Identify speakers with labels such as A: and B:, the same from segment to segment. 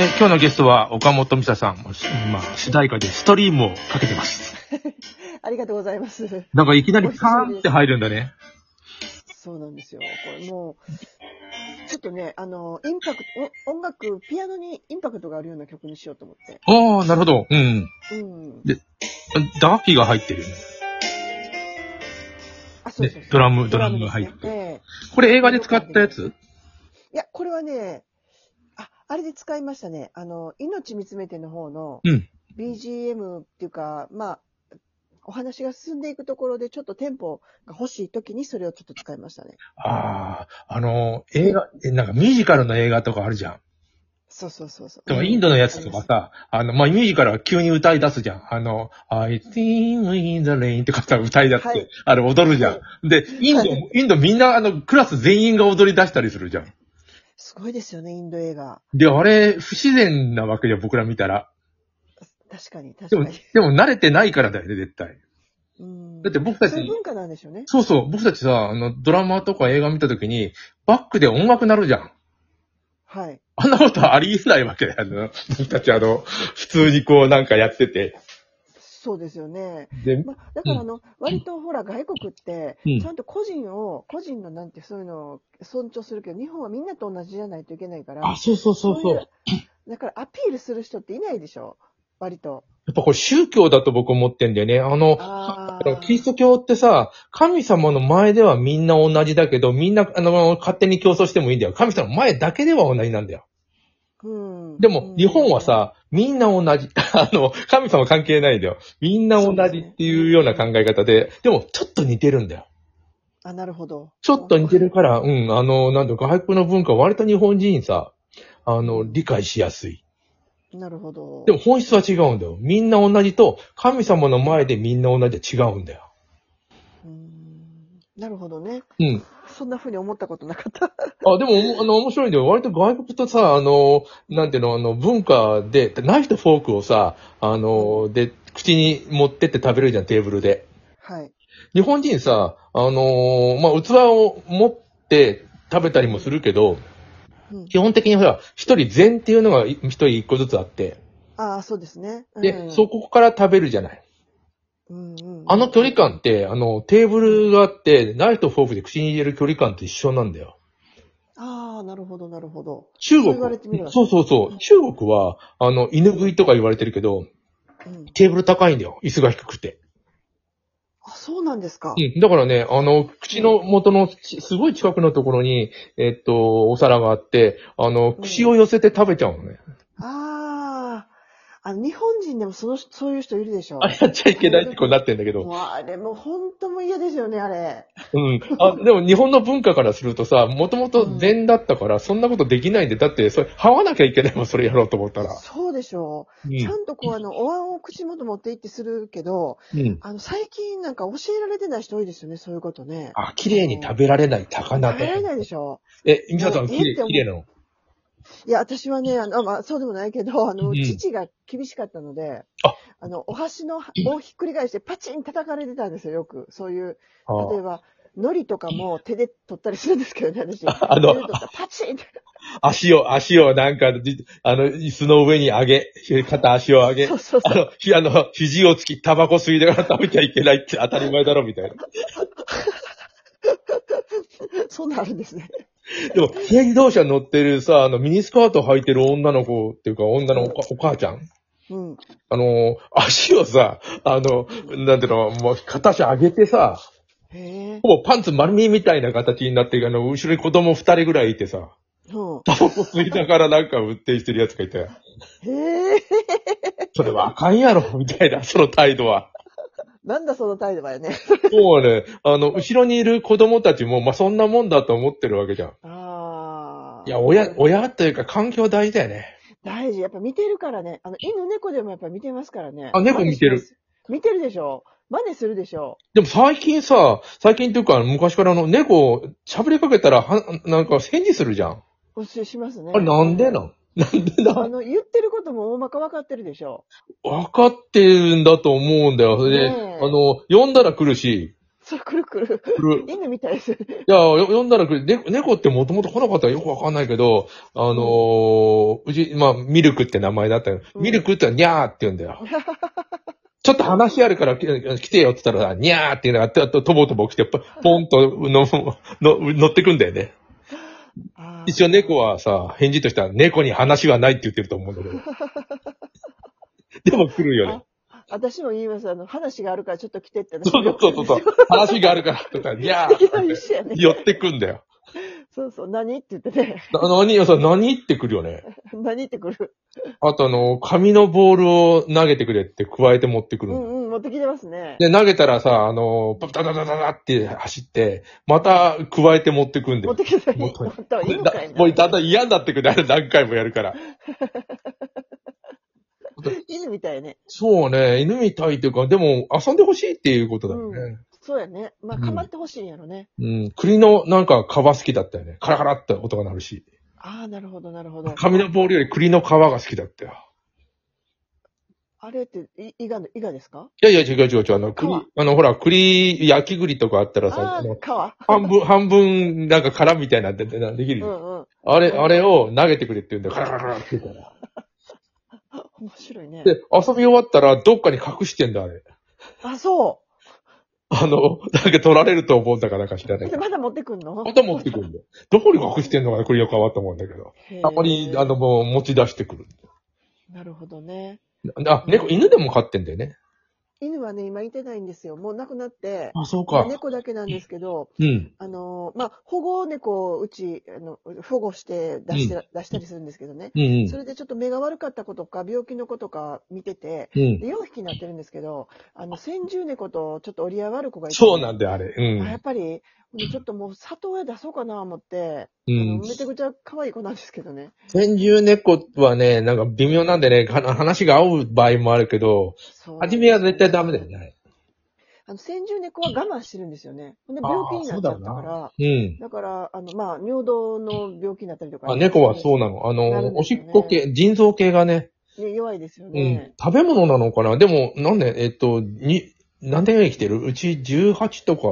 A: え今日のゲストは岡本美沙さん。今、主題歌でストリームをかけてます。
B: ありがとうございます。
A: なんかいきなりパーンって入るんだね。
B: そうなんですよ。これもう、ちょっとね、あの、インパクト、お音楽、ピアノにインパクトがあるような曲にしようと思って。
A: ああ、なるほど。うん。
B: うん。
A: ダーピーが入ってるよね。
B: あ、そうそうそう
A: でドラムドラムが入って
B: ドラムですねえ
A: これ映画で使ったやつ
B: えいや、これはね、あ、あれで使いましたね。あの、命見つめての方の
A: うん。
B: BGM っていうか、まあ、お話が進んでいくところでちょっとテンポが欲しい時にそれをちょっと使いましたね。
A: ああ、あのー映画、えなんかミュージカルの映画とかあるじゃん。
B: そうそうそうそう。
A: でもインドのやつとかさ、あの、まあ、ミュージカルは急に歌い出すじゃん。あの、I think in the rain とかさ、歌い出して、
B: はい
A: あれ踊るじゃん。で、インド、
B: は
A: インドみんなあの、クラス全員が踊り出したりするじゃん。
B: すごいですよね、インド映画。
A: で、あれ、不自然なわけじゃん、僕ら見たら。
B: 確かに、確
A: で
B: か
A: も
B: に。、
A: でも慣れてないからだよね、絶対。
B: うん
A: だって僕たち
B: そういう文化なんでしょうね。
A: そうそう、僕たちさ、あの、ドラマとか映画見た時に、バックで音楽なるじゃん。
B: はい。
A: あんなことありえないわけだよね。僕たちあの、普通にこうなんかやってて。
B: そうですよね。
A: で、
B: まあ、だからあの、割とほら、外国って、
A: うん
B: ちゃんと個人を、個人のなんてそういうのを尊重するけど、日本はみんなと同じじゃないといけないから、
A: そうそうそ
B: そういう。だからアピールする人っていないでしょ割と。
A: やっぱこれ宗教だと僕思ってんだよね。あの、
B: あ
A: あの
B: ー
A: キリスト教ってさ、神様の前ではみんな同じだけど、みんな、あの、勝手に競争してもいいんだよ。神様の前だけでは同じなんだよ。
B: うん。
A: でも、日本はさ、みんな同じ。 あの、神様関係ないんだよ。みんな同じっていうような考え方で、でも、ちょっと似てるんだよ。
B: うん、あ、なるほど。
A: ちょっと似てるから、うん、あの、なんだ、外国の文化、割と日本人さ、あの、理解しやすい。
B: なるほど。
A: でも、本質は違うんだよ。みんな同じと、神様の前でみんな同じは違うんだよ。
B: うんなるほどね。
A: うん。
B: そんな風に思ったことなかった。
A: あ、でも、おもあの、面白いんだよ。割と外国とさ、あの、なんていうの、あの、文化で、ナイフとフォークをさ、あの、で、口に持ってって食べるじゃん、テーブルで。
B: はい。
A: 日本人さ、あのまあ、器を持って食べたりもするけど、
B: うん、
A: 基本的にほら、一人膳っていうのがい一人一個ずつあって、
B: ああ、そうですね。
A: で、
B: うん、
A: そこから食べるじゃない。
B: うんうん、
A: あの距離感って、あの、テーブルがあって、ナイフとフォークで口に入れる距離感と一緒なんだよ。
B: ああ、なるほど、なるほど。
A: 中国
B: そう言われてみれば
A: そうそうそう。中国は、あの、犬食いとか言われてるけど、
B: うん、
A: テーブル高いんだよ。椅子が低くて。
B: あ、そうなんですか。
A: うん。だからね、あの、口の元のち、すごい近くのところに、えっと、お皿があって、あの、
B: ん
A: 口を寄せて食べちゃうのね。
B: ああ、あの日本人でもその、そういう人いるでしょ。
A: あれやっちゃいけないってこうなってんだけど。
B: もうあれ、もう本当も嫌ですよね、あれ。
A: うん。あ、でも日本の文化からするとさ、もともと禅だったから、そんなことできないんで、だって、それ、はわなきゃいけないもん、それやろうと思ったら。
B: そうでしょ
A: う
B: う。ちゃ
A: ん。
B: んとこう、あの、お椀を口元持って行ってするけど、
A: うん。
B: あの、最近なんか教えられてない人多いですよね、そういうことね。
A: あ、綺麗に食べられない高と
B: 食べられないでしょ。
A: え、ミサさん、綺
B: えーって
A: 麗、
B: 思う
A: 綺麗なの
B: いや、私はね、あの、まあ、そうでもないけど、あの、
A: うん
B: 父が厳しかったので、
A: あ
B: の、お箸の、をひっくり返してパチン叩かれてたんですよ、よく。そういう。
A: あー
B: 例えば、海苔とかも手で取ったりするんですけどね、私。
A: あの
B: 手で取ったらパチンって。
A: 足を、足をなんか、じあの、椅子の上に上げ、肩足を上げ
B: そ、うそう
A: あ
B: そう。
A: の、ひ、あの、肘をつき、タバコ吸いながら食べちゃいけないって当たり前だろ、みたいな。
B: そんなんあるんですね。
A: でも、軽自動車乗ってるさ、あの、ミニスカート履いてる女の子っていうか、女のおかお母ちゃん
B: うん。
A: あの、足をさ、あの、なんていうの、もう、片足上げてさ、
B: へえ。
A: ほぼパンツ丸見えみたいな形になって、あの、後ろに子供二人ぐらいいてさ、
B: うん。
A: タバコ吸いながら なんか運転してるやつがいて、
B: へえ。
A: それはあかんやろ、みたいな、その態度は。
B: なんだその態度はよね。
A: もうね、あの、後ろにいる子供たちも、まあ、そんなもんだと思ってるわけじゃん。
B: ああ。
A: いや、親、親というか環境大事だよね。
B: 大事。やっぱ見てるからね。あの、犬猫でもやっぱ見てますからね。
A: あ猫見てる
B: 真似します。見てるでしょ真似するでしょ
A: でも最近さ、最近というか昔からあの猫、喋りかけたらは、なんか返事するじゃん。
B: おすしますね。
A: あれなんでなん なんで
B: あ
A: だ
B: の、言ってることも大まか分かってるでしょ
A: わかってるんだと思うんだよ。それで、
B: ねえ
A: あの、呼んだら来るし、
B: それくるくる。
A: 来る
B: 犬みたいです。
A: いや、よ呼んだら来る。ね猫ってもともと来なかったらよくわかんないけど、あのーうち、まあ、ミルクって名前だったよ。
B: うん
A: ミルクってのはニャーって言うんだ よ。ちょっと話あるからき来てよって言ったら、ニャーっていうのがあって、あととぼとぼ来て、ポポンとのの乗ってくんだよね。
B: あー
A: 一応猫。はさ、返事としては、猫に話はないって言ってると思うんだけ ど。でも来るよね。
B: 私も言います。あの、話があるからちょっと来てって。
A: そうそうそうそう。話があるからとか、ニャーっ
B: 敵の
A: て
B: 一緒やね。
A: 寄ってくんだよ。
B: そうそう、何って言ってね。
A: な何よ、さ、何って来るよね。
B: 何ってくる。
A: あとあの、紙のボールを投げてくれって加えて持ってく
B: う
A: るの。
B: んうん、持ってきてますね。
A: で、投げたらさ、あの、パタタタタタって走って、また加えて持ってくんだ
B: 持っ
A: よ。
B: てきて
A: もう
B: も
A: とに
B: っといいのかい
A: もうだ
B: な。
A: んだん嫌になってくる。あ れ何回もやるから。
B: 犬みたいね。
A: そうね、犬みたいというか、でも遊んでほしいっていうことだよね。
B: そうやね。まあ、
A: うん
B: かまってほしいんやろね。
A: うん。栗のなんか皮好きだったよね。カラカラって音が鳴るし。
B: ああ、なるほど、なるほど。
A: 紙のボールより栗の皮が好きだったよ。
B: あれって、い、伊賀の、伊賀ですか
A: いやいや、違う違う違う。あの、栗、
B: 皮
A: あの、ほら、栗、焼き栗とかあったらさ、
B: あ
A: あの
B: あ、
A: 半分、半分、なんか殻みたいなんで、でできる
B: 皮。う
A: よ。
B: んうん。
A: あれ、あれを投げてくれって言うんだよ。カラカラカラって言うから。
B: 面白いね。
A: で、遊び終わったら、どっかに隠してんだ、あれ。
B: あ、そ
A: あの、なんか取られると思うんだかなんか知ら
B: う。
A: ない
B: で、。まだ持ってくんの
A: また持ってくるんだよ。どこに隠してんのかな、これよくわったもんだけど。
B: へー
A: あんまり、あの、もう持ち出してくる。
B: なるほどね。
A: あ、猫、犬でも飼ってんだよね。
B: 犬はね、今いてないんですよ。もう亡くなって、
A: あ、そうか。
B: 猫だけなんですけど、
A: うん。
B: あの、まあ、保護猫をうち、あの、保護して出して、出したりするんですけどね。
A: うんうん
B: そ。れでちょっと目が悪かった子とか、病気の子とか見てて、
A: うん。
B: で、4匹になってるんですけど、あの、先住猫とちょっと折り上がる子がいて。
A: そうなんだよ、あれ。
B: あやっぱり、ちょっともう里親出そうかな思って、
A: う
B: あ
A: ん。う
B: の
A: ん。
B: めちゃくちゃ可愛い子なんですけどね。
A: 先住猫はね、なんか微妙なんでね、か話が合う場合もあるけど、
B: そう
A: 初めは絶対ダメだよね。
B: あの、先住猫は我慢してるんですよね。ほんで、病気になっちゃった
A: あーそうだ
B: から、
A: うん。
B: だから、あの、まあ、尿道の病気になったりとか。
A: あ、猫は
B: う
A: そうなの。あ
B: なる
A: の、
B: ん
A: お
B: です
A: し
B: よね
A: っこ系、腎臓系がね、。
B: ね弱いですよ
A: うん、
B: ね。
A: 食べ物なのかな。でも、なんで、えっと、に、何年生きてるうち18とか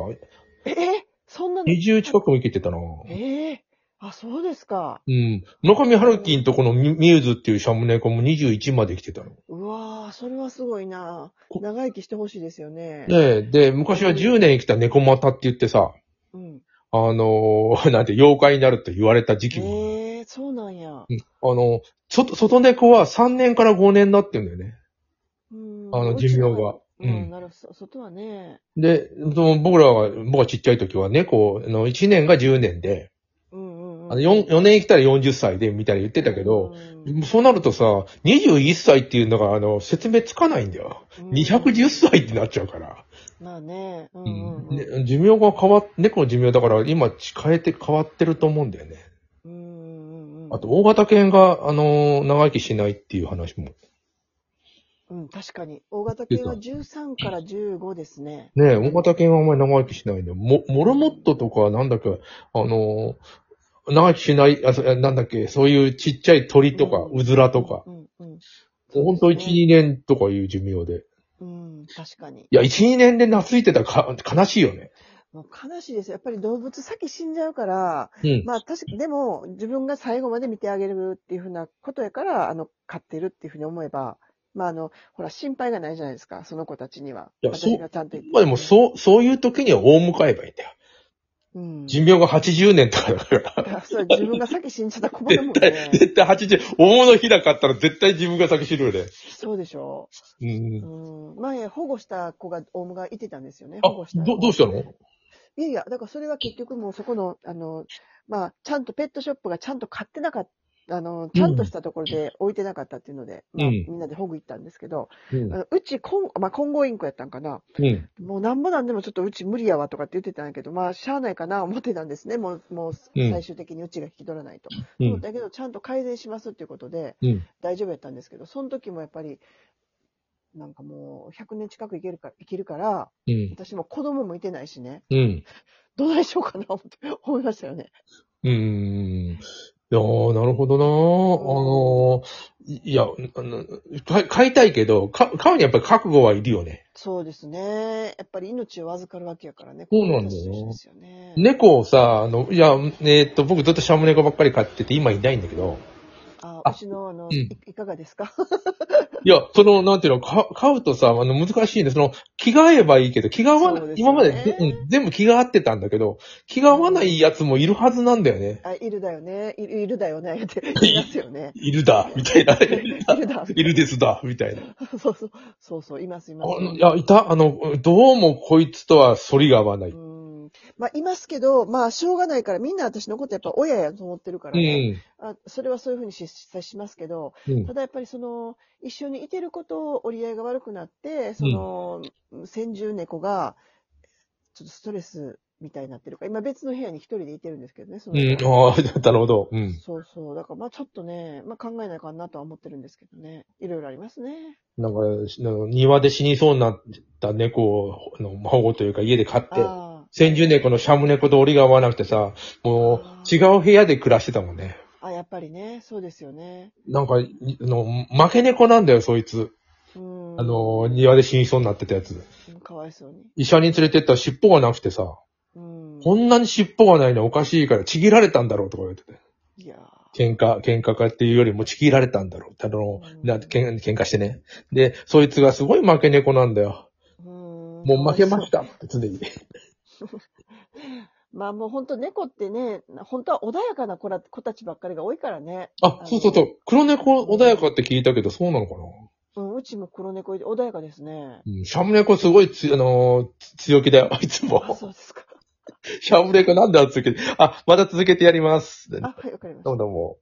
B: ええそんなの
A: 20近くも生きてたな。
B: ええあ、そうですか。
A: うん。村上春樹んとこのミミューズっていうシャムネコも21まで生きてたの。ね
B: うわぁ、それはすごいな
A: こ
B: 長生きしてほしいですよね。
A: え、で、昔は10年生きた猫股って言ってさ、
B: うん。
A: あのーなんて、妖怪になると言われた時期も。
B: ええそうなんや。
A: あの、外、外猫は3年から5年だって言うんだよね。
B: うん。
A: あの、寿命が。
B: うちは。
A: う
B: うんん、なるそ外はね。
A: で、その僕らは、僕がちっちゃい時は猫の1年が10年で、
B: うんうんうん。
A: あの 4, 4年生きたら40歳でみたいに言ってたけど、
B: うん、
A: そうなるとさ、21歳っていうのが、あの、説明つかないんだよ。
B: うん
A: 210歳ってなっちゃうから。
B: まあね。うん
A: う
B: うん
A: ん
B: うん。
A: ね寿命が変わっ、猫の寿命だから今変えて変わってると思うんだよね。
B: うんうんうん。
A: あと、大型犬が、あの、長生きしないっていう話も。
B: うん、確かに。大型犬は13から15ですね。
A: ねえ、大型犬はあんまり長生きしないんだよ。も、モルモットとか、なんだっけ、あのー長生きしない、あ、そなんだっけ、そういうちっちゃい鳥とか、
B: うん
A: うずらとか、
B: うんうん。
A: ほんと1、2年とかいう寿命で。
B: うん、確かに。
A: いや、1、2年で懐いてたらか悲しいよね。
B: もう悲しいですよ。やっぱり動物先死んじゃうから、
A: うん。
B: まあ確かに、でも自分が最後まで見てあげるっていうふうなことやから、あの、飼ってるっていうふうに思えば、まああの、ほら、心配がないじゃないですか、その子たちには。
A: いやそう
B: 私がちゃんと言って。
A: まあでも、そう、そういう時には大向かえばいいんだよ。
B: うん。
A: 寿命が80年とかだから。
B: だからそれ自分が先死んじゃったら困るもんね。
A: 絶対80、大物日なかったら絶対自分が先知るよね。
B: そうでしょ
A: う
B: う。
A: ん。
B: うん。前、保護した子が、オウムがいてたんですよね。
A: あ
B: 保護した、子。
A: ど、どうしたの
B: いやいや、だからそれは結局もうそこの、あの、まあ、ちゃんとペットショップがちゃんと買ってなかった、あの、ちゃんとしたところで置いてなかったっていうので、まあ、
A: うん
B: みんなで保護行ったんですけど、
A: うん
B: あ。のうちコン、まあ、コンゴインコやったんかな。
A: うん。
B: もうなんぼなんでもちょっとうち無理やわとかって言ってたんやけど、まあ、しゃあないかな思ってたんですね。もう、もう
A: うん
B: 最終的にうちが引き取らないと。
A: う
B: 思っ
A: ん。
B: たけど、ちゃんと改善しますっていうことで、
A: うん。
B: 大丈夫やったんですけど、その時もやっぱり、なんかもう100年近くいけるか、生きるから、
A: うん。
B: 私も子供もいてないしね。
A: うん。
B: どないしようかな思って思いましたよね。
A: うーん。いやー、なるほどなー。あのー、いいや、あの買い買いたいけど、か買うにやっぱり覚悟はいるよね。
B: そうですね。やっぱり命を預かるわけやからね。
A: そうなんだよ
B: こいことですよね。
A: 猫をさ、あの、いや、えーっと、僕ずっとシャム猫ばっかり飼ってて、今いないんだけど、
B: あ、
A: あ
B: うちの、あの、
A: うん
B: いいかがですか
A: いや、その、なんていうの、か飼うとさ、あの、難しいね。その、気が合えばいいけど、気が合わな
B: そう
A: い、
B: です
A: 今
B: よね
A: までぜ、うん、全部気が合ってたんだけど、気が合わないやつもいるはずなんだよね。。
B: あ、いるだよね。いるいるだよね。 って言いますよね
A: いるだ、みたいな。
B: いるだ。
A: いるですだ、みたいな。
B: そうそう。そうそう。います、います
A: あ。のいや、いた、あの、どうもこいつとは反りが合わない。
B: う。
A: うん
B: まあ、いますけど、まあ、しょうがないから、みんな私のことやっぱ親やと思ってるから、ね
A: ん。
B: あ。それはそういうふうにしししますけど、
A: うん
B: ただやっぱりその、一緒にいてることを折り合いが悪くなって、その、先住猫が、ちょっとストレスみたいになってるから、今別の部屋に一人でいてるんですけどね、その
A: う
B: 子は
A: ん、ああ、 なるほど。うん。
B: そうそう。だから、まあちょっとね、まあ考えないかんなとは思ってるんですけどね。いろいろありますね。
A: なんか、なんか庭で死にそうになった猫を、あの保護というか家で飼って、
B: あ
A: 先住猫のシャム猫と折りが合わなくてさ、も
B: あ
A: う違う部屋で暮らしてたもんね。
B: あ。あ、やっぱりね、そうですよね。
A: なんか、いあの負け猫なんだよ、そいつ。
B: うん。
A: あの、庭で死にそうになってたやつ。
B: うん、かわいそうに。
A: 医者に連れてったら尻尾がなくてさ、
B: うん。
A: こんなに尻尾がないのおかしいからちぎられたんだろうとか言ってて。
B: いや
A: 喧嘩、喧嘩かっていうよりもちぎられたんだろう。あの、
B: うん
A: な喧喧嘩してね。で、そいつがすごい負け猫なんだよ。
B: ーうん。
A: もう負けま
B: し
A: したって常に。
B: まあもう本当猫ってね、本当は穏やかな子ら子たちばっかりが多いからね。
A: あ、そうそうそう。黒猫穏やかって聞いたけど、そうなのかな
B: うん、うちも黒猫いて穏やかですね。
A: うん、シャム猫すごいつ、あのーつ強気だよ、いつ
B: あ、
A: も。
B: そうですか。
A: シャム猫なんだ、続けて。あ、また続けてやります。ど
B: あ、はい、わかりました
A: うもどうも。